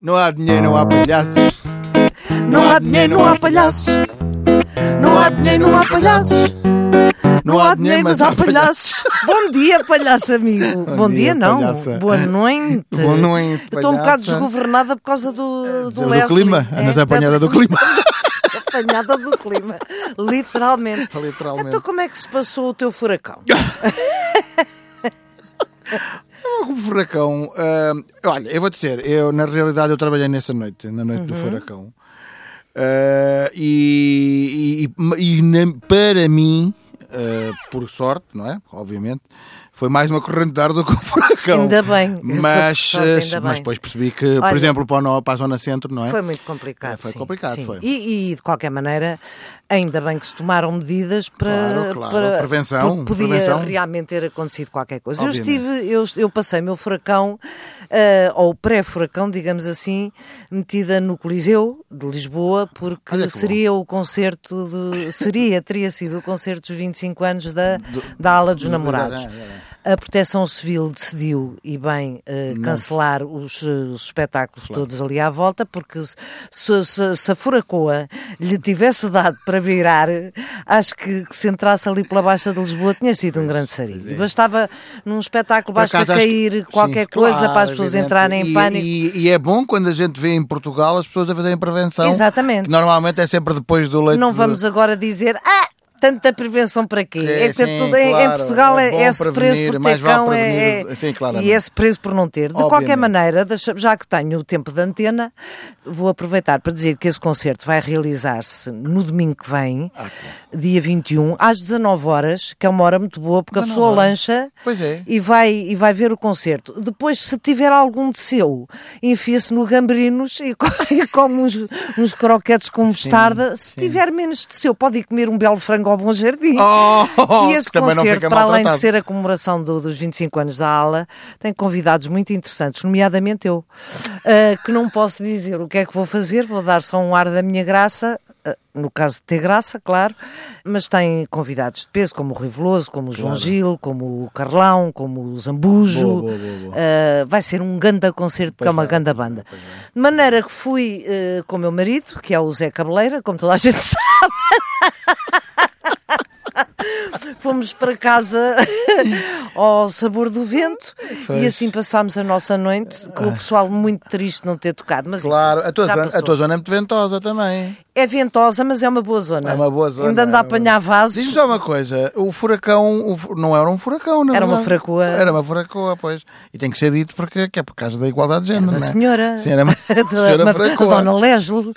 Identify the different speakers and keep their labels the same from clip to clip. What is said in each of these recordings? Speaker 1: Não há dinheiro, não há palhaços.
Speaker 2: Não há dinheiro, não há palhaços. Não há dinheiro, não há palhaços. Não há dinheiro, mas há palhaços. Bom dia, palhaço amigo. Bom,
Speaker 1: dia,
Speaker 2: dia, não.
Speaker 1: palhaça.
Speaker 2: Boa noite.
Speaker 1: Boa noite,
Speaker 2: Eu estou um bocado
Speaker 1: palhaça.
Speaker 2: desgovernada por causa do, do
Speaker 1: Do
Speaker 2: Leslie.
Speaker 1: clima.
Speaker 2: É,
Speaker 1: Andas apanhada do clima.
Speaker 2: Apanhada do clima. Literalmente.
Speaker 1: Literalmente.
Speaker 2: Então, como é que se passou o teu furacão?
Speaker 1: O um furacão. ah, olha, eu vou dizer, eu na realidade eu trabalhei nessa noite, na noite
Speaker 2: Uhum.
Speaker 1: do furacão. Ah, e e- e na- para mim, ah, por sorte, não é? Obviamente, foi mais uma corrente de ar do que um furacão.
Speaker 2: Ainda bem, foi por
Speaker 1: Mas,
Speaker 2: sorte, ainda
Speaker 1: ah,
Speaker 2: bem.
Speaker 1: mas depois percebi que, por
Speaker 2: Olha.
Speaker 1: exemplo, para, o nó- para a zona centro, não é?
Speaker 2: Foi muito complicado.
Speaker 1: É, foi
Speaker 2: sim,
Speaker 1: complicado,
Speaker 2: sim.
Speaker 1: foi.
Speaker 2: E, e, de qualquer maneira, ainda bem que se tomaram medidas para.
Speaker 1: Claro, claro. Prevenção,
Speaker 2: porque Podia
Speaker 1: prevenção.
Speaker 2: realmente ter acontecido qualquer coisa.
Speaker 1: Obviamente.
Speaker 2: Eu estive, eu, eu passei meu furacão, ah, ou pré-furacão, digamos assim, metida no Coliseu de Lisboa, porque
Speaker 1: Olha que bom.
Speaker 2: seria o concerto de. Seria, teria sido o concerto dos 25 anos da, da Ala dos
Speaker 1: do- da- da-
Speaker 2: Namorados.
Speaker 1: da- da-
Speaker 2: A Proteção Civil decidiu, e bem, eh, cancelar os, eh, os espetáculos todos ali à volta, porque se, se- se- se a Furacoa lhe tivesse dado para virar, acho que, que se entrasse ali pela Baixa de Lisboa tinha sido um grande sarilho. Bastava num espetáculo,
Speaker 1: é. Por
Speaker 2: basta
Speaker 1: acaso, acho
Speaker 2: cair
Speaker 1: que-
Speaker 2: qualquer
Speaker 1: sim,
Speaker 2: coisa
Speaker 1: claro,
Speaker 2: para as pessoas
Speaker 1: evidente.
Speaker 2: entrarem em
Speaker 1: E-
Speaker 2: pânico.
Speaker 1: E, e é bom quando a gente vê em Portugal as pessoas a fazerem prevenção.
Speaker 2: Exatamente.
Speaker 1: que normalmente é sempre depois do leite.
Speaker 2: Não
Speaker 1: de-
Speaker 2: vamos agora dizer, ah, tanta prevenção para quê?
Speaker 1: É,
Speaker 2: É que
Speaker 1: sim,
Speaker 2: tudo- em-
Speaker 1: claro,
Speaker 2: em Portugal
Speaker 1: é
Speaker 2: é,
Speaker 1: bom
Speaker 2: é-se
Speaker 1: prevenir,
Speaker 2: preso por
Speaker 1: mais
Speaker 2: ter
Speaker 1: vale
Speaker 2: cão é,
Speaker 1: prevenir,
Speaker 2: é-
Speaker 1: sim, claramente.
Speaker 2: e é-se preso por não ter. De qualquer
Speaker 1: Obviamente.
Speaker 2: maneira, deixa- já que tenho o tempo da antena, vou aproveitar para dizer que esse concerto vai realizar-se no domingo que vem,
Speaker 1: Ah,
Speaker 2: dia 21, às 19 horas, que é uma hora muito boa, porque a
Speaker 1: 19
Speaker 2: pessoa
Speaker 1: horas.
Speaker 2: lancha
Speaker 1: Pois é.
Speaker 2: e vai, e vai ver o concerto. Depois, se tiver algum de seu, enfia-se no Gambrinos e, co- e come uns, uns croquetes com mostarda. Se tiver menos de seu, pode ir comer um belo frango ao Bom Jardim.
Speaker 1: Oh,
Speaker 2: e esse
Speaker 1: também não
Speaker 2: concerto,
Speaker 1: fica
Speaker 2: para além de
Speaker 1: maltratado.
Speaker 2: ser a comemoração do- dos 25 anos da ala, tem convidados muito interessantes, nomeadamente eu, ah, que não posso dizer o que é que vou fazer, vou dar só um ar da minha graça, ah, no caso de ter graça, claro, mas tem convidados de peso, como o Rui Veloso, como o João Gil, como o Carlão, como o Zambujo.
Speaker 1: Boa, boa, boa, boa.
Speaker 2: Ah, vai ser um ganda concerto, porque é uma ganda banda. De maneira que fui ah, com o meu marido, que é o Zé Cabeleira, como toda a gente sabe. fomos para casa ao sabor do vento e assim passámos a nossa noite com o pessoal muito triste não ter tocado. Mas
Speaker 1: Ah. Claro,
Speaker 2: enfim,
Speaker 1: a tua,
Speaker 2: já
Speaker 1: zona, a
Speaker 2: passou.
Speaker 1: tua zona é muito ventosa também.
Speaker 2: É ventosa, mas é uma boa zona.
Speaker 1: É uma boa zona.
Speaker 2: Ainda anda a apanhar
Speaker 1: Diz-me
Speaker 2: vasos.
Speaker 1: só uma coisa: o furacão o fu- não era um furacão, não
Speaker 2: Era uma furacoa.
Speaker 1: Era uma furacoa, pois. E tem que ser dito porque que é por causa da igualdade de género,
Speaker 2: A
Speaker 1: não é?
Speaker 2: senhora.
Speaker 1: Sim, era uma
Speaker 2: a
Speaker 1: senhora
Speaker 2: ma- a
Speaker 1: furacoa.
Speaker 2: dona Leslie.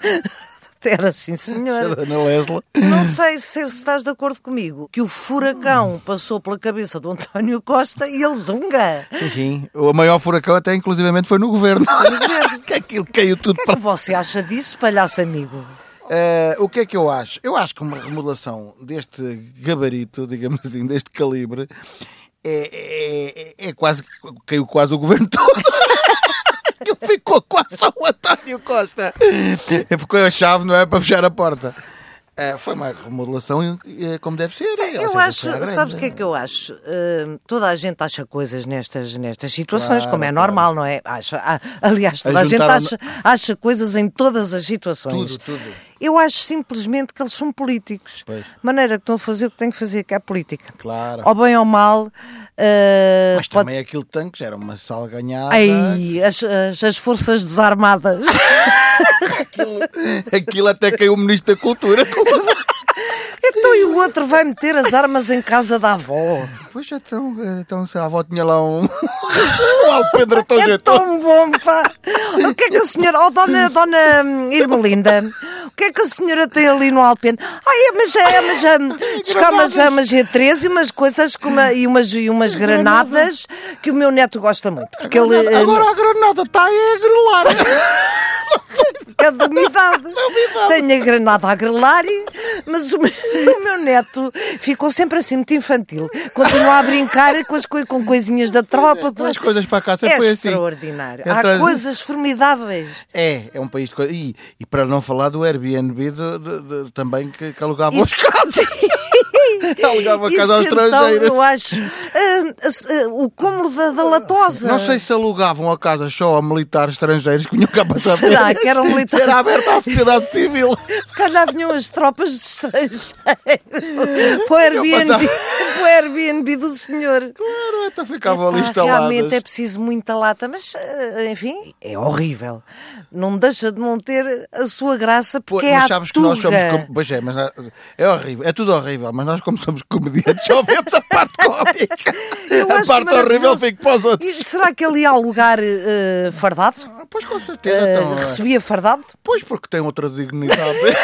Speaker 2: Era assim, senhora.
Speaker 1: A dona Leslie.
Speaker 2: Não sei se estás de acordo comigo que o furacão passou pela cabeça do António Costa e ele zunga.
Speaker 1: Sim, sim. O maior furacão até inclusivamente foi no governo. que aquilo caiu tudo
Speaker 2: O que é
Speaker 1: para
Speaker 2: que você acha disso, palhaço amigo?
Speaker 1: Eh, o que é que eu acho? Eu acho que uma remodelação deste gabarito, digamos assim, deste calibre, é, é- é- é quase. caiu quase o governo todo. Ele ficou quase só o António Costa. Ele ficou a chave, não é? Para fechar a porta. Eh, foi uma remodelação eh, como deve ser. eh, ou
Speaker 2: Eu
Speaker 1: seja,
Speaker 2: acho,
Speaker 1: será grande. né?
Speaker 2: sabes o que é que eu acho? Hum, toda a gente acha coisas nestas, nestas situações,
Speaker 1: Claro,
Speaker 2: como é
Speaker 1: claro.
Speaker 2: normal, não é? Acha, ah, aliás, toda
Speaker 1: A
Speaker 2: a, gente
Speaker 1: juntar-
Speaker 2: acha, acha coisas em todas as situações.
Speaker 1: Tudo, tudo.
Speaker 2: Eu acho simplesmente que eles são políticos.
Speaker 1: Pois.
Speaker 2: Maneira que estão a fazer o que têm que fazer, que é a política.
Speaker 1: eh? Claro.
Speaker 2: Ou bem ou mal, uh,
Speaker 1: Mas
Speaker 2: pode-
Speaker 1: também aquilo tanque já era uma salganhada.
Speaker 2: Ai, as, as, as forças desarmadas.
Speaker 1: Aquilo até caiu o Ministro da Cultura.
Speaker 2: então, e o outro vai meter as armas em casa da avó.
Speaker 1: Poxa, então, então se a avó tinha lá um, um alpendre tão
Speaker 2: É
Speaker 1: jeitoso.
Speaker 2: tão bom, pá. O que é que a senhora. Oh, dona, dona hum, Irmelinda, o que é que a senhora tem ali no Alpene? Ah, é, mas é, é, mas é. Diz cá umas, umas G13 e umas coisas com uma- e, umas, e umas granadas que o meu neto gosta muito. Porque ele eh,
Speaker 1: Agora a granada está aí a grelar.
Speaker 2: é de umidade. Tem a granada a grelar, e- mas o meu, o meu neto ficou sempre assim, muito infantil. Continua a brincar com, as, coi- com coisinhas da tropa.
Speaker 1: As coisas para cá sempre
Speaker 2: É
Speaker 1: foi assim.
Speaker 2: extraordinário.
Speaker 1: Entra-
Speaker 2: Há coisas formidáveis.
Speaker 1: É, é um país de coisas. E, e para não falar do Airbnb de- de- de- também que, que alugava os
Speaker 2: Isso-
Speaker 1: carros. Está ligado a
Speaker 2: Isso
Speaker 1: casa estrangeira.
Speaker 2: Então, eu acho. ah, ah, o cúmulo da, da latosa.
Speaker 1: Não sei se alugavam a casa só a militares estrangeiros que vinham cá passar
Speaker 2: Será
Speaker 1: férias.
Speaker 2: que eram militares?
Speaker 1: Será aberta à sociedade civil.
Speaker 2: Se calhar vinham as tropas de estrangeiros para o Airbnb,
Speaker 1: passava-
Speaker 2: para o Airbnb do senhor.
Speaker 1: Claro, até ficavam ali
Speaker 2: Epá,
Speaker 1: instaladas.
Speaker 2: Realmente é preciso muita lata, mas eh, enfim, é horrível. Não deixa de não ter a sua graça
Speaker 1: Pois,
Speaker 2: porque é
Speaker 1: mas
Speaker 2: a
Speaker 1: sabes que nós
Speaker 2: tuga.
Speaker 1: somos. com- Pois é, mas ah, é horrível, é tudo horrível, mas nós, como somos comediantes, só vemos a parte cómica.
Speaker 2: Eu
Speaker 1: a
Speaker 2: acho
Speaker 1: parte horrível
Speaker 2: maravilhoso.
Speaker 1: fica para os outros.
Speaker 2: E será que ele ia alugar eh, fardado?
Speaker 1: Ah, Pois com certeza,
Speaker 2: Eh,
Speaker 1: então, é.
Speaker 2: recebia fardado?
Speaker 1: Pois porque tem outra dignidade.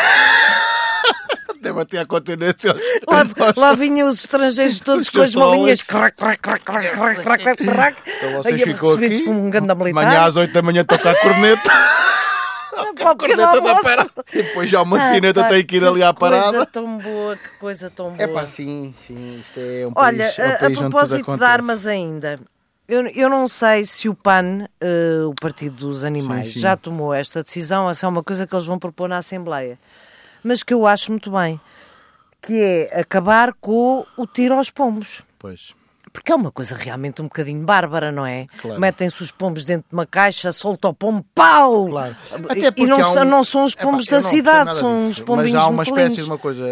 Speaker 1: Deve ter a continência.
Speaker 2: Lá, lá vinham os estrangeiros todos
Speaker 1: Os
Speaker 2: com as
Speaker 1: castolas.
Speaker 2: malinhas. Crac, crac, crac, crac, crac, crac, crac, crac.
Speaker 1: Então
Speaker 2: Aí,
Speaker 1: vocês ficam
Speaker 2: recebidos
Speaker 1: aqui.
Speaker 2: como um ganda militar. Ah,
Speaker 1: Amanhã às 8 da manhã toca a corneta.
Speaker 2: Para o pequeno
Speaker 1: corneta da
Speaker 2: almoço.
Speaker 1: pera. E depois já uma
Speaker 2: Ah,
Speaker 1: cineta
Speaker 2: pá,
Speaker 1: tem que ir
Speaker 2: que
Speaker 1: ali à
Speaker 2: Coisa
Speaker 1: parada.
Speaker 2: tão boa, que coisa tão boa.
Speaker 1: É pá, sim, sim, isto é um
Speaker 2: Olha,
Speaker 1: país, é um
Speaker 2: a-
Speaker 1: país onde
Speaker 2: a,
Speaker 1: tudo
Speaker 2: propósito de
Speaker 1: acontece.
Speaker 2: armas ainda, eu, eu não sei se o PAN, eh, o Partido dos Animais,
Speaker 1: Sim, sim.
Speaker 2: já tomou esta decisão, essa é uma coisa que eles vão propor na Assembleia, mas que eu acho muito bem, que é acabar com o tiro aos pombos.
Speaker 1: Pois.
Speaker 2: Porque é uma coisa realmente um bocadinho bárbara, não é?
Speaker 1: Claro.
Speaker 2: Metem-se os pombos dentro de uma caixa, solta o pombo, pau!
Speaker 1: Claro.
Speaker 2: E- e não,
Speaker 1: há
Speaker 2: são-
Speaker 1: um-
Speaker 2: não são os
Speaker 1: Epá,
Speaker 2: pombos
Speaker 1: eu
Speaker 2: da
Speaker 1: não percebo
Speaker 2: cidade,
Speaker 1: nada
Speaker 2: são
Speaker 1: disso,
Speaker 2: os pombinhos
Speaker 1: Mas há uma espécie
Speaker 2: pequeninos,
Speaker 1: de uma coisa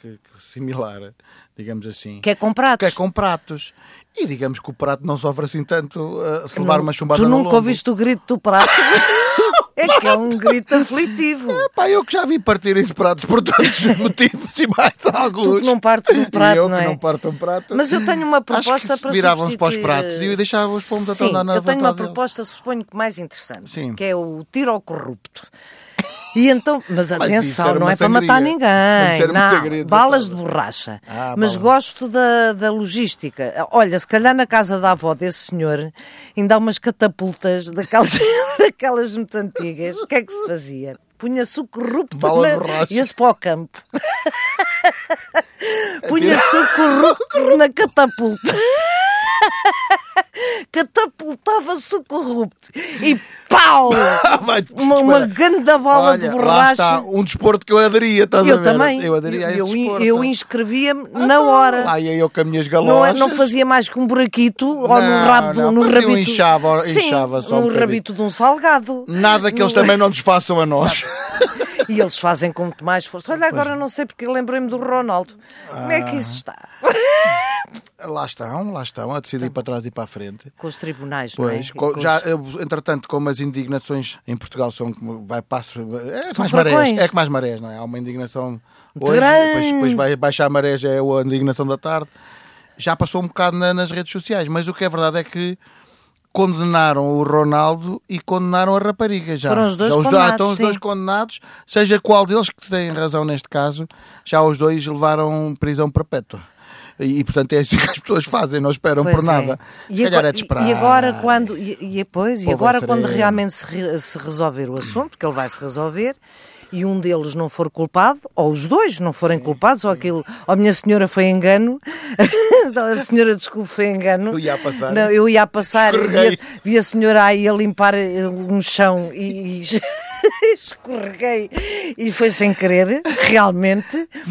Speaker 1: que- que similar, digamos assim.
Speaker 2: que é com pratos.
Speaker 1: que é com pratos. E digamos que o prato não sofre assim tanto uh, se levar uma chumbada
Speaker 2: Tu
Speaker 1: no
Speaker 2: nunca
Speaker 1: lombo.
Speaker 2: ouviste o grito do prato? é que é um grito aflitivo.
Speaker 1: Pá, eu que já vi partir esses pratos por todos os motivos e mais alguns.
Speaker 2: Tu que não partes um prato,
Speaker 1: e eu
Speaker 2: não
Speaker 1: que
Speaker 2: é?
Speaker 1: não parto um prato.
Speaker 2: Mas eu tenho uma proposta
Speaker 1: Acho que
Speaker 2: para
Speaker 1: viravam-se para os
Speaker 2: substituir,
Speaker 1: pratos e deixavam os pombos até
Speaker 2: Sim,
Speaker 1: andar na
Speaker 2: Eu tenho uma
Speaker 1: vontade deles.
Speaker 2: proposta, suponho que mais interessante,
Speaker 1: Sim.
Speaker 2: que é o tiro ao corrupto. E então, mas
Speaker 1: isso
Speaker 2: atenção,
Speaker 1: era
Speaker 2: não
Speaker 1: uma
Speaker 2: é para matar
Speaker 1: sangria.
Speaker 2: ninguém.
Speaker 1: Mas isso era uma sangria
Speaker 2: Não, balas de
Speaker 1: desatada.
Speaker 2: borracha.
Speaker 1: Ah, balas.
Speaker 2: mas gosto da, da logística. Olha, se calhar na casa da avó desse senhor ainda há umas catapultas daquelas, daquelas muito antigas. O que é que se fazia? Punha-se o corrupto
Speaker 1: Bala de
Speaker 2: na-
Speaker 1: borracha.
Speaker 2: ia-se para o campo. Punha-se o corrupto na catapulta. Catapultava-se o corrupto. E pau!
Speaker 1: Ah, Vai-te
Speaker 2: Uma, uma
Speaker 1: disparar.
Speaker 2: grande bola
Speaker 1: Olha,
Speaker 2: de
Speaker 1: Lá está,
Speaker 2: borracha.
Speaker 1: um desporto que eu aderia, estás a
Speaker 2: Eu
Speaker 1: ver?
Speaker 2: também.
Speaker 1: Eu aderia a esse
Speaker 2: eu,
Speaker 1: desporto. Ah, então,
Speaker 2: eu inscrevia-me na hora.
Speaker 1: Lá ia eu com as minhas galochas.
Speaker 2: Não, é- não fazia mais que um buraquito ou no
Speaker 1: Não,
Speaker 2: rabo do-
Speaker 1: não,
Speaker 2: no
Speaker 1: fazia um
Speaker 2: rabito.
Speaker 1: inchava-
Speaker 2: Sim,
Speaker 1: inchava só um
Speaker 2: no
Speaker 1: bocadinho.
Speaker 2: rabito de um salgado.
Speaker 1: Nada que eles também não nos façam a nós.
Speaker 2: E eles fazem com muito mais força. Olha, agora não sei porque lembrei-me do Ronaldo. Como
Speaker 1: Ah.
Speaker 2: é que isso está?
Speaker 1: Lá estão, lá estão, a
Speaker 2: Tá
Speaker 1: decidir para trás e para a frente.
Speaker 2: Com os tribunais, não é?
Speaker 1: Pois,
Speaker 2: E
Speaker 1: co-
Speaker 2: com os-
Speaker 1: já, eu, entretanto, como as indignações em Portugal são como vai passo, é
Speaker 2: São
Speaker 1: mais marés,
Speaker 2: furacões.
Speaker 1: é que mais marés, não é? Há uma indignação
Speaker 2: Muito
Speaker 1: hoje, depois,
Speaker 2: grande.
Speaker 1: depois vai baixar a maré, já é a indignação da tarde. Já passou um bocado na- nas redes sociais, mas o que é verdade é que condenaram o Ronaldo e condenaram a rapariga já.
Speaker 2: Foram os dois
Speaker 1: já já
Speaker 2: condenados,
Speaker 1: estão os
Speaker 2: sim.
Speaker 1: dois condenados, seja qual deles que tem razão neste caso, já os dois levaram prisão perpétua. E, e, portanto é isso que as pessoas fazem, não esperam
Speaker 2: Pois
Speaker 1: por
Speaker 2: é.
Speaker 1: nada.
Speaker 2: E
Speaker 1: Se calhar
Speaker 2: agora-
Speaker 1: é de esperar.
Speaker 2: E agora quando, e, e, pois, e
Speaker 1: Povo
Speaker 2: agora quando
Speaker 1: sereno.
Speaker 2: realmente se, re- se resolver o assunto, porque ele vai se resolver, e um deles não for culpado, ou os dois não forem culpados, ou aquilo, ou a minha senhora foi engano, ou a senhora, desculpe, foi engano.
Speaker 1: Eu ia a passar.
Speaker 2: Não, eu ia a passar, e vi a,
Speaker 1: Escorreguei.
Speaker 2: vi a senhora aí a limpar eh, um chão e... e Escorreguei e foi sem querer, realmente.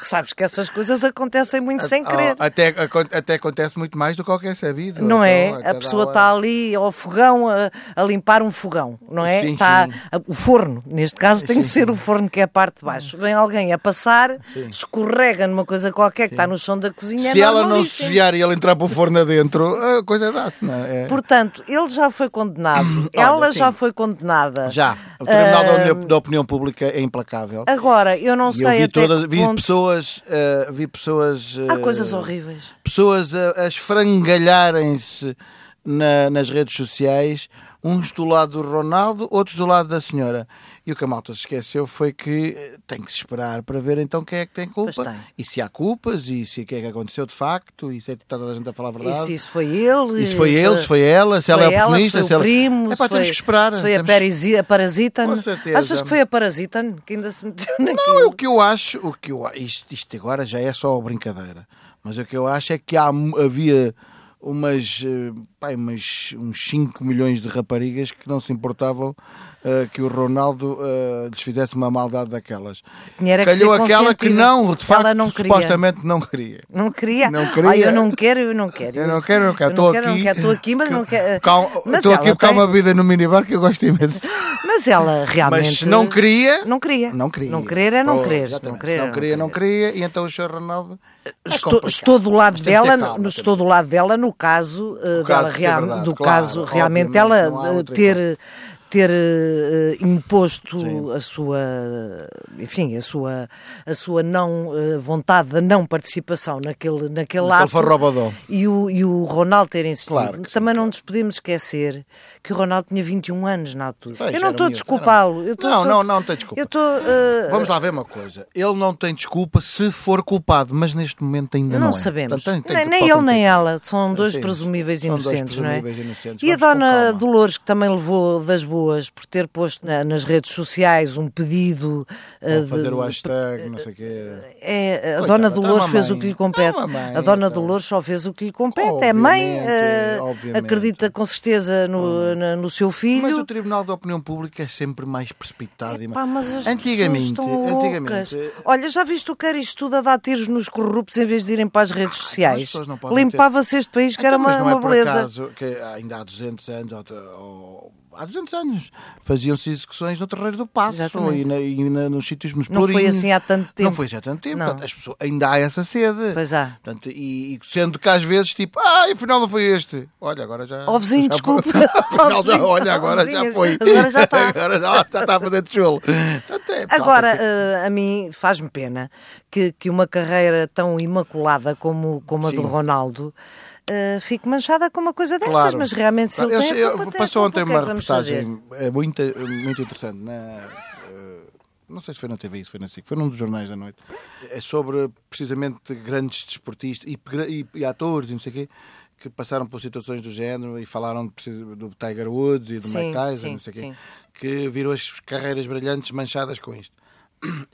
Speaker 2: Sabes que essas coisas acontecem muito sem
Speaker 1: Ah,
Speaker 2: querer.
Speaker 1: Até, acon- até acontece muito mais do que qualquer sabido.
Speaker 2: Não é?
Speaker 1: Então, até
Speaker 2: A
Speaker 1: dá
Speaker 2: pessoa
Speaker 1: hora.
Speaker 2: está ali ao fogão a, a limpar um fogão, não é?
Speaker 1: Sim,
Speaker 2: Está
Speaker 1: sim.
Speaker 2: a- o forno, neste caso tem que ser o forno que é a parte de baixo. Vem alguém a passar, escorrega numa coisa qualquer que está no chão da cozinha.
Speaker 1: Se
Speaker 2: é
Speaker 1: ela não se
Speaker 2: normalíssimo.
Speaker 1: desviar e ele entrar para o forno adentro, a coisa dá-se, não é? É-
Speaker 2: Portanto, ele já foi condenado, ela
Speaker 1: sim.
Speaker 2: já foi condenada.
Speaker 1: Já. O Tribunal da Opinião- da Opinião Pública é implacável.
Speaker 2: Agora, eu não
Speaker 1: E eu
Speaker 2: sei
Speaker 1: vi,
Speaker 2: até
Speaker 1: todas,
Speaker 2: que
Speaker 1: vi
Speaker 2: ponto...
Speaker 1: pessoas. eh, vi pessoas
Speaker 2: Há
Speaker 1: eh,
Speaker 2: coisas horríveis.
Speaker 1: pessoas a, a esfrangalharem-se na- nas redes sociais, uns do lado do Ronaldo, outros do lado da senhora. E o que a malta se esqueceu foi que eh, tem que se esperar para ver então quem é que tem culpa.
Speaker 2: Pois tem.
Speaker 1: E se há culpas, e se o que é que aconteceu de facto, e se é que está toda a gente a falar a
Speaker 2: E
Speaker 1: verdade.
Speaker 2: se isso foi ele?
Speaker 1: E se foi ele, se foi ela, se ela é
Speaker 2: foi
Speaker 1: a
Speaker 2: se
Speaker 1: protagonista,
Speaker 2: foi
Speaker 1: se ela-
Speaker 2: o primo,
Speaker 1: Epá, temos
Speaker 2: foi-
Speaker 1: que esperar,
Speaker 2: Se foi a,
Speaker 1: temos-
Speaker 2: parisi... a parasita.
Speaker 1: Com certeza.
Speaker 2: Achas que foi a parasita É que ainda se meteu naquilo?
Speaker 1: Não, é o que eu acho, o que eu, a- isto, isto agora já é só brincadeira, mas o que eu acho é que há, mu- havia umas, eh, pá, umas- uns 5 milhões de raparigas que não se importavam eh, que o Ronaldo eh, lhes fizesse uma maldade daquelas.
Speaker 2: Tinha era é que
Speaker 1: Calhou
Speaker 2: ser
Speaker 1: aquela que
Speaker 2: consentida.
Speaker 1: não, de
Speaker 2: Ela
Speaker 1: facto,
Speaker 2: não queria.
Speaker 1: supostamente não queria.
Speaker 2: Não queria?
Speaker 1: Não queria.
Speaker 2: Ai, eu não quero, eu não quero.
Speaker 1: Eu não quero, eu não quero.
Speaker 2: Eu
Speaker 1: Estou
Speaker 2: quero, não
Speaker 1: aqui.
Speaker 2: quero. Estou aqui, mas não quero.
Speaker 1: Cal-
Speaker 2: Mas
Speaker 1: Estou aqui
Speaker 2: ela
Speaker 1: porque há
Speaker 2: tem-
Speaker 1: uma vida no minibar que eu gosto imenso.
Speaker 2: Mas ela realmente.
Speaker 1: Mas não queria.
Speaker 2: Não queria.
Speaker 1: Não queria.
Speaker 2: Não querer é não
Speaker 1: Pois,
Speaker 2: querer.
Speaker 1: exatamente.
Speaker 2: Não querer
Speaker 1: Se
Speaker 2: é
Speaker 1: não queria, não queria. E então o Sr. Ronaldo. É
Speaker 2: Estou,
Speaker 1: complicado.
Speaker 2: estou do lado
Speaker 1: Mas temos que ter
Speaker 2: dela,
Speaker 1: calma,
Speaker 2: no-
Speaker 1: temos
Speaker 2: estou
Speaker 1: que
Speaker 2: do lado dela no caso, eh,
Speaker 1: caso
Speaker 2: dela
Speaker 1: de ser
Speaker 2: real-
Speaker 1: verdade,
Speaker 2: do
Speaker 1: claro,
Speaker 2: caso realmente
Speaker 1: obviamente,
Speaker 2: ela
Speaker 1: não há
Speaker 2: eh,
Speaker 1: outra
Speaker 2: ter
Speaker 1: hipótese.
Speaker 2: ter eh, imposto
Speaker 1: Sim.
Speaker 2: a sua, enfim, a sua a sua não eh, vontade da não participação naquele naquele
Speaker 1: Naquele
Speaker 2: ato.
Speaker 1: farrobadão.
Speaker 2: E o, e o Ronaldo ter insistido.
Speaker 1: Claro que sim,
Speaker 2: Também não nos podemos esquecer que o Ronaldo tinha 21 anos na altura.
Speaker 1: Pois,
Speaker 2: eu não
Speaker 1: era
Speaker 2: estou a
Speaker 1: miúdo,
Speaker 2: desculpá-lo.
Speaker 1: era-
Speaker 2: eu estou
Speaker 1: Não,
Speaker 2: só-
Speaker 1: não, não tem desculpa.
Speaker 2: Eu estou. eh,
Speaker 1: Vamos lá ver uma coisa. Ele não tem desculpa se for culpado, mas neste momento ainda não,
Speaker 2: Não,
Speaker 1: é.
Speaker 2: sabemos.
Speaker 1: Portanto, tem- tem
Speaker 2: nem
Speaker 1: que- tipo
Speaker 2: nem
Speaker 1: só
Speaker 2: ele
Speaker 1: tem que-
Speaker 2: nem é, ela. São dois
Speaker 1: temos.
Speaker 2: presumíveis
Speaker 1: São dois
Speaker 2: inocentes, não é?
Speaker 1: presumíveis inocentes.
Speaker 2: E a
Speaker 1: Vamos com
Speaker 2: dona
Speaker 1: calma.
Speaker 2: Dolores, que também levou das boas por ter posto na- nas redes sociais um pedido. eh,
Speaker 1: Vão fazer
Speaker 2: de-
Speaker 1: o hashtag, não sei o quê.
Speaker 2: É, a
Speaker 1: Coitada,
Speaker 2: Dona
Speaker 1: tá
Speaker 2: Dolores
Speaker 1: uma
Speaker 2: fez o
Speaker 1: mãe.
Speaker 2: que lhe compete.
Speaker 1: Tá uma mãe,
Speaker 2: a Dona
Speaker 1: tá.
Speaker 2: Dolores só fez o que lhe compete. é mãe,
Speaker 1: Obviamente,
Speaker 2: eh,
Speaker 1: obviamente.
Speaker 2: acredita com certeza no, na- no seu
Speaker 1: Mas o
Speaker 2: filho.
Speaker 1: Tribunal da Opinião Pública é sempre mais precipitado. e
Speaker 2: Pá,
Speaker 1: mais-
Speaker 2: mas as
Speaker 1: antigamente,
Speaker 2: pessoas estão
Speaker 1: antigamente, eh,
Speaker 2: loucas. Olha, já viste o que era isto tudo a dar tiros nos corruptos em vez de irem para as redes sociais?
Speaker 1: pessoas não podem ter-
Speaker 2: Limpava-se este país que
Speaker 1: Então,
Speaker 2: era
Speaker 1: mas
Speaker 2: uma,
Speaker 1: não é
Speaker 2: uma
Speaker 1: por
Speaker 2: beleza.
Speaker 1: acaso que ainda há 200 anos, ou- ou- há 200 anos, faziam-se execuções no Terreiro do Passo
Speaker 2: Exatamente.
Speaker 1: e, na- e na- nos sítios
Speaker 2: Não
Speaker 1: mesplorinos.
Speaker 2: foi assim há tanto tempo.
Speaker 1: Não foi assim há tanto tempo.
Speaker 2: Não.
Speaker 1: Portanto, as pessoas, ainda há essa sede.
Speaker 2: Pois há.
Speaker 1: Portanto, e, e sendo que às vezes, tipo, ah, afinal não foi este. Olha, agora já.
Speaker 2: Ó vizinho,
Speaker 1: já foi.
Speaker 2: desculpa. Ó
Speaker 1: afinal,
Speaker 2: vizinho,
Speaker 1: olha, agora
Speaker 2: ó vizinho,
Speaker 1: já foi.
Speaker 2: agora já está.
Speaker 1: agora já, já está a fazer tijolo. Portanto, é, pessoal,
Speaker 2: Agora,
Speaker 1: tem que-
Speaker 2: eh, a mim faz-me pena que, que uma carreira tão imaculada como, como a do
Speaker 1: Sim.
Speaker 2: Ronaldo eh, fique manchada com uma coisa destas,
Speaker 1: Claro.
Speaker 2: mas realmente se
Speaker 1: Claro,
Speaker 2: ele
Speaker 1: eu
Speaker 2: tem
Speaker 1: sei-
Speaker 2: a
Speaker 1: eu-
Speaker 2: culpa, tem a
Speaker 1: Passou
Speaker 2: culpa,
Speaker 1: ontem
Speaker 2: o que é
Speaker 1: uma
Speaker 2: que vamos fazer?
Speaker 1: reportagem eh, muito, muito interessante. na, eh, não sei se foi na TV, se foi na SIC, foi num dos jornais da noite. É sobre precisamente grandes desportistas e, gra- e- e atores e não sei o quê que passaram por situações do género e falaram de precis- do Tiger Woods e do
Speaker 2: Sim,
Speaker 1: Mike Tyson,
Speaker 2: sim,
Speaker 1: não sei o quê,
Speaker 2: sim.
Speaker 1: que viram as carreiras brilhantes manchadas com isto.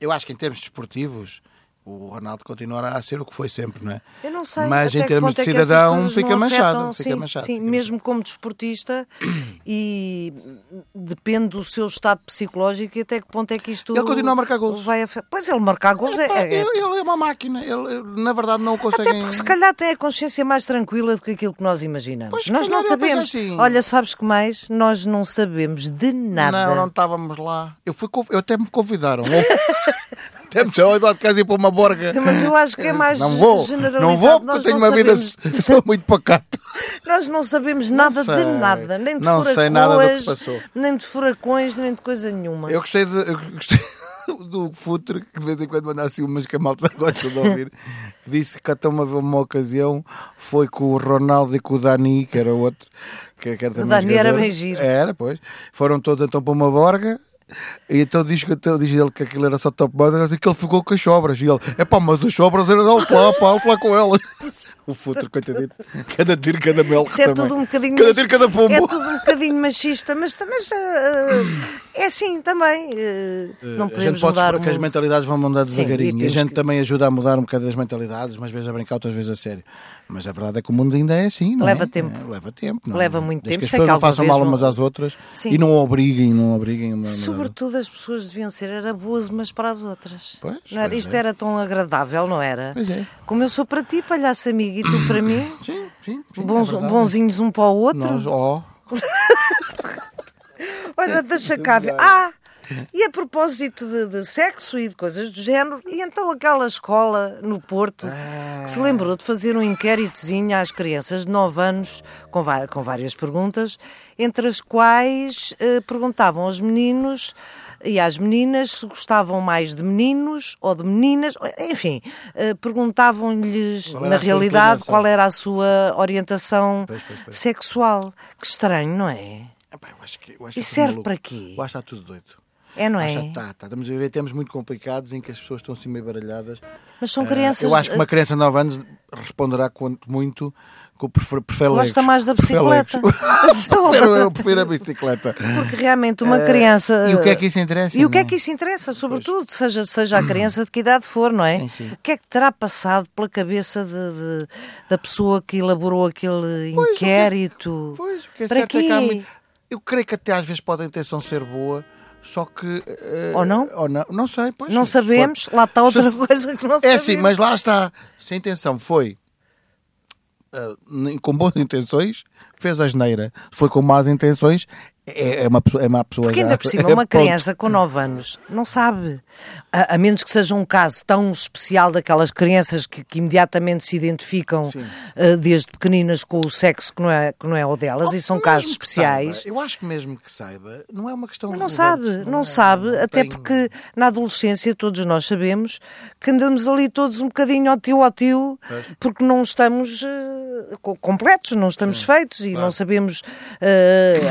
Speaker 1: Eu acho que em termos desportivos o Ronaldo continuará a ser o que foi sempre, não é?
Speaker 2: Eu não sei.
Speaker 1: Mas
Speaker 2: até
Speaker 1: em
Speaker 2: que
Speaker 1: termos
Speaker 2: ponto
Speaker 1: de
Speaker 2: é que estas
Speaker 1: cidadão
Speaker 2: coisas
Speaker 1: fica
Speaker 2: não
Speaker 1: manchado,
Speaker 2: afetam,
Speaker 1: fica
Speaker 2: sim,
Speaker 1: manchado.
Speaker 2: Sim,
Speaker 1: fica manchado.
Speaker 2: mesmo como desportista e depende do seu estado psicológico e até que ponto é que isto.
Speaker 1: Ele continua a marcar golos.
Speaker 2: Vai afe- Pois ele marcar golos é.
Speaker 1: Pá,
Speaker 2: é- é-
Speaker 1: ele, ele é uma máquina, ele, ele, na verdade não o conseguem.
Speaker 2: Até porque se calhar tem a consciência mais tranquila do que aquilo que nós imaginamos.
Speaker 1: Pois, se
Speaker 2: nós não
Speaker 1: calhar é uma coisa
Speaker 2: sabemos.
Speaker 1: assim.
Speaker 2: Olha, sabes que mais? Nós não sabemos de nada.
Speaker 1: Não, não estávamos lá. Eu, fui, conv- eu até me convidaram. até me disseram, Eduardo, queres ir para uma borga?
Speaker 2: Mas eu acho que é mais
Speaker 1: não vou,
Speaker 2: generalizado.
Speaker 1: não vou, porque
Speaker 2: Nós
Speaker 1: eu tenho
Speaker 2: não
Speaker 1: uma vida,
Speaker 2: sabemos.
Speaker 1: sou muito pacato.
Speaker 2: Nós não sabemos nada de
Speaker 1: sei.
Speaker 2: nada, nem de
Speaker 1: Não
Speaker 2: furacões,
Speaker 1: sei nada do que se passou.
Speaker 2: nem de furacões, nem de coisa nenhuma.
Speaker 1: Eu gostei, de, eu gostei do Futre, que de vez em quando manda assim umas que a malta gosta de ouvir, que disse que até uma, uma ocasião foi com o Ronaldo e com o Dani, que era outro. Que, que era também
Speaker 2: Dani era
Speaker 1: jogador.
Speaker 2: bem giro.
Speaker 1: Era, pois. Foram todos então para uma borga. E então diz, que- então diz ele que aquilo era só top model e que ele ficou com as sobras. E ele, é pá, mas as sobras eram alto lá, pá, alto lá com elas. O futuro, coitadito. Cada tiro, cada mel.
Speaker 2: Isso é
Speaker 1: também.
Speaker 2: tudo um bocadinho.
Speaker 1: Cada
Speaker 2: machi-
Speaker 1: tiro, cada pombo.
Speaker 2: É tudo um bocadinho machista, mas, mas ah, ah, é assim também. ah,
Speaker 1: Eh, a
Speaker 2: não
Speaker 1: gente
Speaker 2: podemos
Speaker 1: pode
Speaker 2: mudar
Speaker 1: supor
Speaker 2: o
Speaker 1: que as
Speaker 2: mundo.
Speaker 1: mentalidades vão mudar devagarinho.
Speaker 2: e
Speaker 1: e a
Speaker 2: temos
Speaker 1: gente
Speaker 2: que-
Speaker 1: também ajuda a mudar um bocado as mentalidades, umas vezes a brincar, outras vezes a sério. Mas a verdade é que o mundo ainda é assim, não é?
Speaker 2: Leva tempo.
Speaker 1: É, leva tempo. Não. é?
Speaker 2: Leva muito
Speaker 1: Desde
Speaker 2: tempo.
Speaker 1: Que as
Speaker 2: Sei
Speaker 1: pessoas
Speaker 2: que
Speaker 1: não
Speaker 2: alguma
Speaker 1: façam
Speaker 2: vez
Speaker 1: mal
Speaker 2: vão-
Speaker 1: umas às outras
Speaker 2: Sim.
Speaker 1: e não obriguem, não é? obriguem. Uma, uma-
Speaker 2: Sobretudo as pessoas deviam ser era boas umas para as outras.
Speaker 1: Pois,
Speaker 2: Não era?
Speaker 1: pois
Speaker 2: Isto
Speaker 1: é.
Speaker 2: era tão agradável, não era?
Speaker 1: Pois é.
Speaker 2: Como eu sou para ti, palhaço amigo, e tu para mim,
Speaker 1: Sim, sim. sim
Speaker 2: bons-
Speaker 1: é verdade.
Speaker 2: bonzinhos um para o outro.
Speaker 1: Nós, ó.
Speaker 2: Olha,
Speaker 1: É
Speaker 2: deixa cá ver. Ah! E a propósito de, de sexo e de coisas do género, e então aquela escola no Porto que
Speaker 1: Ah.
Speaker 2: se lembrou de fazer um inquéritozinho às crianças de 9 anos, com, va- com várias perguntas, entre as quais eh, perguntavam aos meninos e às meninas se gostavam mais de meninos ou de meninas, enfim, eh, perguntavam-lhes,
Speaker 1: Qual era
Speaker 2: na
Speaker 1: a sua
Speaker 2: realidade,
Speaker 1: inclinação?
Speaker 2: qual era a sua orientação
Speaker 1: Pois, pois, pois.
Speaker 2: sexual. Que estranho, não é?
Speaker 1: Epá, eu acho que- eu acho
Speaker 2: E
Speaker 1: isso
Speaker 2: serve
Speaker 1: maluco.
Speaker 2: para quê?
Speaker 1: Eu acho que está tudo doido.
Speaker 2: É, não é?
Speaker 1: Acho que tá, tá. Estamos a viver tempos muito complicados em que as pessoas estão assim meio baralhadas.
Speaker 2: Mas são
Speaker 1: Ah,
Speaker 2: crianças. eh,
Speaker 1: Eu acho que uma criança de 9 anos responderá quanto muito que eu prefiro, prefiro
Speaker 2: Gosta
Speaker 1: legos.
Speaker 2: mais da
Speaker 1: Prefiro
Speaker 2: bicicleta.
Speaker 1: legos.
Speaker 2: Então,
Speaker 1: Prefiro- eu prefiro a bicicleta.
Speaker 2: Porque realmente uma criança.
Speaker 1: Ah, E o que é que isso interessa?
Speaker 2: E o que é
Speaker 1: não
Speaker 2: que isso interessa, sobretudo, seja, seja a criança de que idade for, não é?
Speaker 1: Sim, sim.
Speaker 2: O que é que terá passado pela cabeça de- de- da pessoa que elaborou aquele
Speaker 1: Pois, o que é que-
Speaker 2: inquérito?
Speaker 1: Pois, o que é
Speaker 2: Para
Speaker 1: certo é que há
Speaker 2: quê?
Speaker 1: muito- Eu creio que até às vezes pode a intenção ser boa, só que. eh,
Speaker 2: Ou não?
Speaker 1: Ou não, não sei, pois.
Speaker 2: Não
Speaker 1: se
Speaker 2: sabemos,
Speaker 1: for-
Speaker 2: lá está outra
Speaker 1: se-
Speaker 2: coisa que não
Speaker 1: É
Speaker 2: sabemos.
Speaker 1: sim, mas lá está. Se a intenção foi. eh, nem- com boas intenções, fez a geneira. Se foi com más intenções, é, é uma pessoa. É má pessoa
Speaker 2: Porque
Speaker 1: já.
Speaker 2: ainda por cima,
Speaker 1: É,
Speaker 2: uma
Speaker 1: pronto.
Speaker 2: criança com 9 anos não sabe. A, a menos que seja um caso tão especial daquelas crianças que, que imediatamente se identificam eh, desde pequeninas com o sexo que não é, que não é o delas, e são
Speaker 1: Mesmo
Speaker 2: casos
Speaker 1: que saiba,
Speaker 2: especiais.
Speaker 1: eu acho que mesmo que saiba, é? não é uma questão.
Speaker 2: Mas não
Speaker 1: relevante,
Speaker 2: sabe, não,
Speaker 1: é,
Speaker 2: sabe,
Speaker 1: não
Speaker 2: até
Speaker 1: tem-
Speaker 2: porque na adolescência todos nós sabemos que andamos ali todos um bocadinho ao tio ao tio, porque não estamos eh, co- completos, não estamos feitos e não sabemos eh,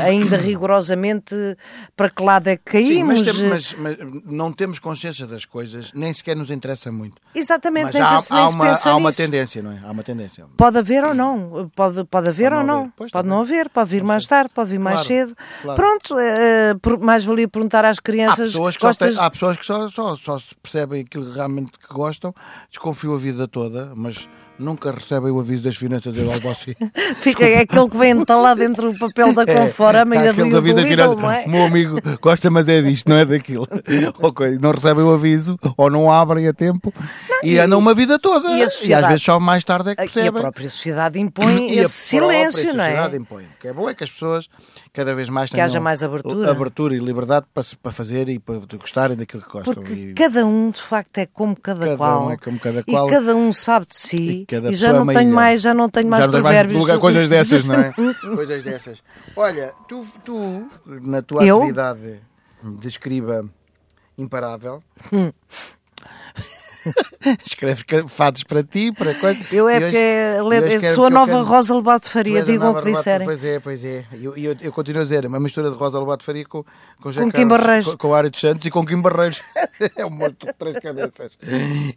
Speaker 2: ainda rigorosamente para que lado é que
Speaker 1: Sim,
Speaker 2: caímos.
Speaker 1: mas, tem- mas- mas não temos consciência das coisas, nem sequer nos interessa muito.
Speaker 2: Exatamente,
Speaker 1: Mas
Speaker 2: nem
Speaker 1: há,
Speaker 2: que se- nem
Speaker 1: há
Speaker 2: se
Speaker 1: uma,
Speaker 2: pensa
Speaker 1: há uma
Speaker 2: nisso.
Speaker 1: tendência, não é? Há uma tendência.
Speaker 2: Pode haver ou não, pode, pode haver
Speaker 1: Pode
Speaker 2: ou
Speaker 1: não
Speaker 2: não,
Speaker 1: haver, pois,
Speaker 2: pode
Speaker 1: também.
Speaker 2: não haver, pode vir mais tarde, pode vir mais
Speaker 1: Claro,
Speaker 2: cedo.
Speaker 1: claro.
Speaker 2: Pronto, eh, eh, por- mais valia perguntar às
Speaker 1: Há
Speaker 2: crianças.
Speaker 1: pessoas que,
Speaker 2: gostas-
Speaker 1: só, têm- há pessoas que só, só, só se percebem aquilo realmente que gostam, desconfiam a vida toda, mas nunca recebem o aviso das finanças de algo assim.
Speaker 2: Fica é aquele que vem entalado entre o papel da Conforama e a
Speaker 1: É, tá
Speaker 2: do,
Speaker 1: aquele
Speaker 2: do
Speaker 1: da vida
Speaker 2: Lidl,
Speaker 1: finanças,
Speaker 2: não é?
Speaker 1: Meu amigo gosta, mas é disto, não é daquilo. Ou coisa, não recebem o aviso, ou não abrem a tempo, e, andam uma vida toda.
Speaker 2: e a
Speaker 1: E, às
Speaker 2: sociedade? Ah,
Speaker 1: vezes só mais tarde é que
Speaker 2: E a
Speaker 1: percebem.
Speaker 2: própria sociedade impõe
Speaker 1: a
Speaker 2: esse
Speaker 1: própria
Speaker 2: silêncio, não é?
Speaker 1: sociedade impõe. O que é bom é que as pessoas cada vez mais
Speaker 2: Que
Speaker 1: tenham
Speaker 2: haja mais abertura.
Speaker 1: abertura e liberdade para, se- para fazer e para gostarem daquilo que gostam.
Speaker 2: Porque
Speaker 1: E-
Speaker 2: cada um, de facto, é como cada,
Speaker 1: Cada um
Speaker 2: qual.
Speaker 1: é como cada qual.
Speaker 2: E cada um sabe de si.
Speaker 1: E cada
Speaker 2: E, já,
Speaker 1: pessoa
Speaker 2: não
Speaker 1: é uma
Speaker 2: tenho
Speaker 1: ilha.
Speaker 2: mais, já não tenho mais
Speaker 1: Já não tens mais
Speaker 2: provérbios.
Speaker 1: divulgar
Speaker 2: do-
Speaker 1: coisas dessas, não é? coisas dessas. Olha, tu, tu na tua
Speaker 2: Eu?
Speaker 1: atividade de escriba imparável,
Speaker 2: Hum.
Speaker 1: escreves ca- fados para ti, para coisa.
Speaker 2: Eu é
Speaker 1: e hoje-
Speaker 2: porque
Speaker 1: e hoje
Speaker 2: le-
Speaker 1: quero-
Speaker 2: sou a
Speaker 1: eu
Speaker 2: nova
Speaker 1: quero-
Speaker 2: Rosa Lobato
Speaker 1: tu
Speaker 2: Faria,
Speaker 1: és a
Speaker 2: digam o
Speaker 1: nova
Speaker 2: que
Speaker 1: Lobato-
Speaker 2: disserem.
Speaker 1: Pois é, pois é. E eu, e eu, eu continuo a dizer, uma mistura de Rosa Lobato Faria com, com, José
Speaker 2: Com Kim
Speaker 1: Carlos,
Speaker 2: Barreiros.
Speaker 1: Com, com o Ário dos Santos e com Kim Barreiros. é um monte de três cabeças.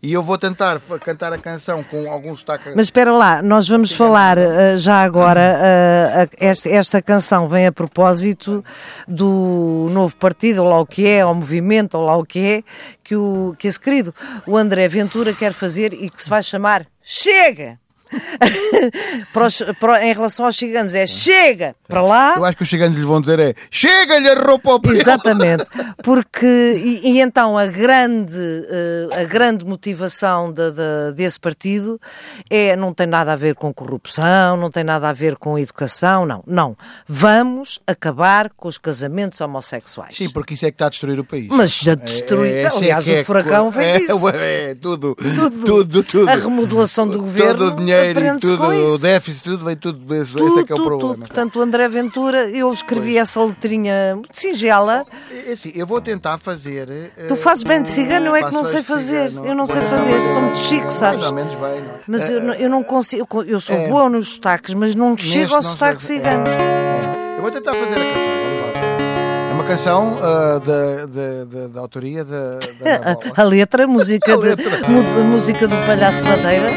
Speaker 1: E eu vou tentar fa- cantar a canção com algum sotaque.
Speaker 2: Mas espera lá, nós vamos falar eh, já agora. eh, a- esta, esta canção vem a propósito do novo partido, ou lá o que é, ou movimento, ou lá o que é, que, o, que esse querido o André Ventura quer fazer e que se vai chamar Chega! Para os- para- em relação aos chiganos, é Chega! Para lá.
Speaker 1: Eu acho que os chiganos lhe vão dizer é chega-lhe a roupa ao pé.
Speaker 2: Exatamente, porque e, e então a grande eh, a grande motivação da- da- desse partido é não tem nada a ver com corrupção, não tem nada a ver com educação, não, não. Vamos acabar com os casamentos homossexuais.
Speaker 1: Sim, porque isso é que está a destruir o país.
Speaker 2: Mas já destruiu.
Speaker 1: É, é, esse
Speaker 2: Aliás,
Speaker 1: é que
Speaker 2: o furacão
Speaker 1: é,
Speaker 2: vem
Speaker 1: é,
Speaker 2: disso.
Speaker 1: É, tudo, tudo, tudo,
Speaker 2: A remodelação do governo
Speaker 1: Todo o dinheiro, e
Speaker 2: aprende-se com
Speaker 1: tudo, o
Speaker 2: isso.
Speaker 1: déficit, tudo vem tudo. Esse, esse
Speaker 2: Tudo,
Speaker 1: é que é o
Speaker 2: tudo,
Speaker 1: problema.
Speaker 2: tudo. Portanto, o André Ventura, eu escrevi essa letrinha muito singela.
Speaker 1: É assim, eu vou tentar fazer. eh,
Speaker 2: Tu fazes bem de cigano, eu é que
Speaker 1: faço
Speaker 2: não
Speaker 1: bem
Speaker 2: sei
Speaker 1: de
Speaker 2: fazer.
Speaker 1: cigano.
Speaker 2: Eu não sei fazer, sou muito chique, sabes?
Speaker 1: é? Mais ou menos bem. não é?
Speaker 2: Mas eu, não- eu não consigo, eu co- eu sou
Speaker 3: É.
Speaker 2: boa nos sotaques, mas não chego ao
Speaker 1: não
Speaker 2: sotaque
Speaker 1: sei-
Speaker 2: cigano.
Speaker 1: É, Eu vou tentar fazer a canção, vamos lá. É uma canção ah, da, da, da, da autoria da, da
Speaker 3: Ah,
Speaker 1: Ana
Speaker 3: tá
Speaker 1: Paula.
Speaker 2: Ah, A, a letra, a música,
Speaker 1: A
Speaker 2: de-
Speaker 1: letra.
Speaker 2: mu- de- música do Palhaço Madeira.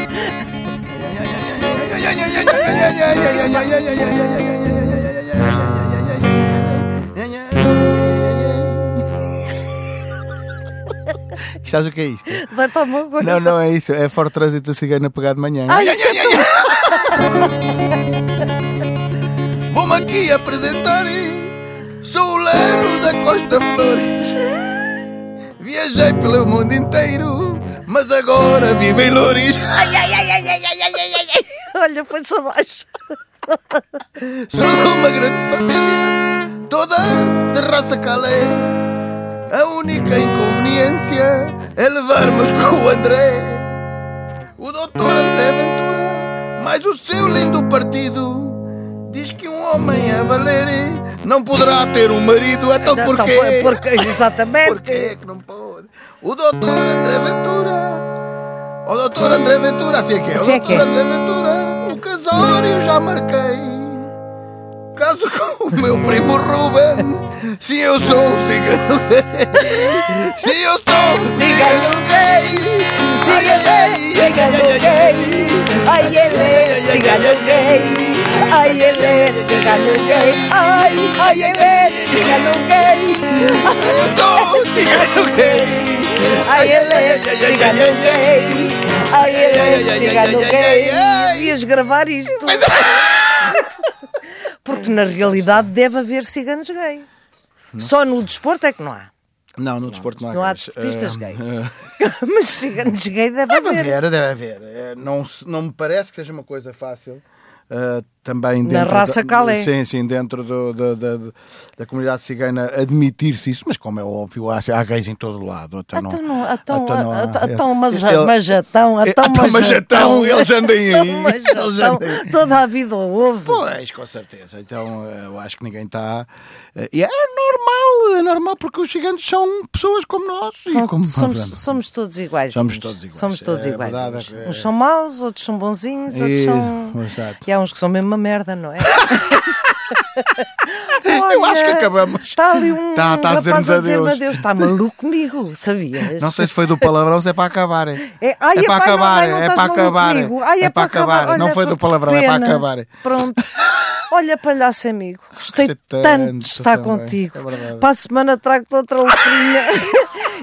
Speaker 1: Estás o que é isto?
Speaker 2: Vai-te a mão agora.
Speaker 1: Não, não é isso. É Fora Trânsito Cigano a pegar de manhã.
Speaker 2: Ah, isso é tu.
Speaker 1: Vou-me aqui apresentar. Sou o Lero da Costa Flores. Viajei pelo mundo inteiro, mas agora vivo em Loures.
Speaker 2: Olha, foi-se abaixo.
Speaker 1: Sou de uma grande família, toda de raça calé. A única inconveniência é levarmos com o André. O doutor André Ventura, mais o seu lindo partido, diz que um homem a valer não poderá ter um marido. Então
Speaker 2: Já
Speaker 1: porquê?
Speaker 2: estão- porque- exatamente.
Speaker 1: Por que é que não pode? O doutor André Ventura. O doutor André Ventura, assim é que é.
Speaker 2: Assim é
Speaker 1: o
Speaker 2: que
Speaker 1: doutor
Speaker 2: é.
Speaker 1: André Ventura, o casório já marquei. Caso com o meu primo Ruben, Sim, eu sou um cigano gay. Sim, eu sou um cigano gay. Ai, ai, ai,
Speaker 3: Cigano
Speaker 1: ai, ai, ai,
Speaker 3: gay, ai ele é cigano gay, ai ele é cigano gay, ai, ai ele é cigano gay,
Speaker 1: eu sou um cigano gay.
Speaker 3: ai ele é cigano gay, ai ele é cigano gay.
Speaker 2: Devias gravar isto. Porque na realidade deve haver ciganos gay. Só no desporto é que não há.
Speaker 1: Não, no desporto não há
Speaker 2: Não há
Speaker 1: gays.
Speaker 2: desportistas
Speaker 1: Ah,
Speaker 2: gay.
Speaker 1: ah,
Speaker 2: Mas ciganos gay deve
Speaker 1: Deve
Speaker 2: haver.
Speaker 1: haver, deve haver. Eh, Não, se- não me parece que seja uma coisa fácil. eh, também
Speaker 2: Na
Speaker 1: dentro
Speaker 2: raça
Speaker 1: da,
Speaker 2: Calé.
Speaker 1: Sim, sim, dentro do- da- da, da comunidade cigana admitir-se isso, mas como é óbvio, há, há gays em todo lado. Então,
Speaker 2: Ah, Então,
Speaker 1: não,
Speaker 2: não, então,
Speaker 1: então não há-
Speaker 2: ah, então, mas,
Speaker 1: Ele-
Speaker 2: mas já estão, ah,
Speaker 1: Eh,
Speaker 2: então,
Speaker 1: ah, então, mas já Tá, estão, eles andem aí.
Speaker 2: Então, mas já
Speaker 1: Eles
Speaker 2: estão.
Speaker 1: andem aí.
Speaker 2: toda a vida houve.
Speaker 1: Pois, com certeza. Então eh, eu acho que ninguém está. eh, E é normal, é normal, porque os ciganos são pessoas como nós. e
Speaker 2: Som-
Speaker 1: como-
Speaker 2: somos, somos todos iguais.
Speaker 1: Somos todos iguais.
Speaker 2: Somos todos
Speaker 1: É
Speaker 2: iguais.
Speaker 1: verdade,
Speaker 2: uns,
Speaker 1: é-
Speaker 2: uns são maus, outros são bonzinhos, outros
Speaker 1: E-
Speaker 2: são.
Speaker 1: Exato.
Speaker 2: E há uns que são mesmo uma merda, não é?
Speaker 1: Eu acho que
Speaker 2: Olha,
Speaker 1: acabamos.
Speaker 2: Está ali um
Speaker 1: Tá- tá a
Speaker 2: rapaz
Speaker 1: dizer-nos
Speaker 2: a dizer-me
Speaker 1: adeus.
Speaker 2: adeus. Está maluco comigo, sabias?
Speaker 1: Não sei se foi do palavrão, se é para acabar. É,
Speaker 2: É, ai,
Speaker 1: É para
Speaker 2: epá, não,
Speaker 1: acabar,
Speaker 2: ai, não
Speaker 1: é
Speaker 2: estás
Speaker 1: para
Speaker 2: maluco
Speaker 1: acabar,
Speaker 2: comigo. Ai,
Speaker 1: é para acabar. Não
Speaker 2: Olha,
Speaker 1: foi do
Speaker 2: pô, que
Speaker 1: palavrão, é para
Speaker 2: pena.
Speaker 1: acabar.
Speaker 2: Pronto. Olha, palhaço amigo, gostei
Speaker 1: Gostei
Speaker 2: tanto,
Speaker 1: tanto
Speaker 2: de estar
Speaker 1: também,
Speaker 2: contigo.
Speaker 1: é verdade.
Speaker 2: para a semana trago-te outra letrinha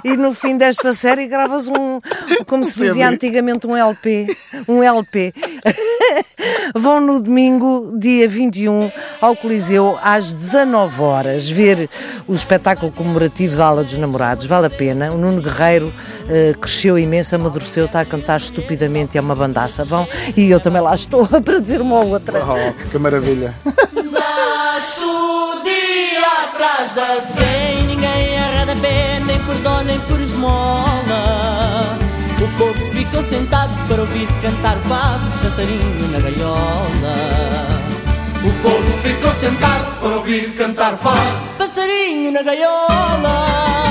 Speaker 2: e no fim desta série gravas um, como se
Speaker 1: CD.
Speaker 2: dizia antigamente, um LP. Um LP. Vão no domingo, dia 21, ao Coliseu, às 19 horas, ver o espetáculo comemorativo da Ala dos Namorados. Vale a pena. O Nuno Guerreiro eh, cresceu imenso, amadureceu, está a cantar estupidamente, é uma bandaça. Vão, e eu também lá estou para dizer uma ou outra.
Speaker 1: Oh, que maravilha.
Speaker 4: Nasce o dia atrás da Sem ninguém a rodapé, nem por dó, nem por esmola O povo ficou sentado para ouvir cantar fado Passarinho na gaiola O povo ficou sentado para ouvir cantar fado Passarinho na gaiola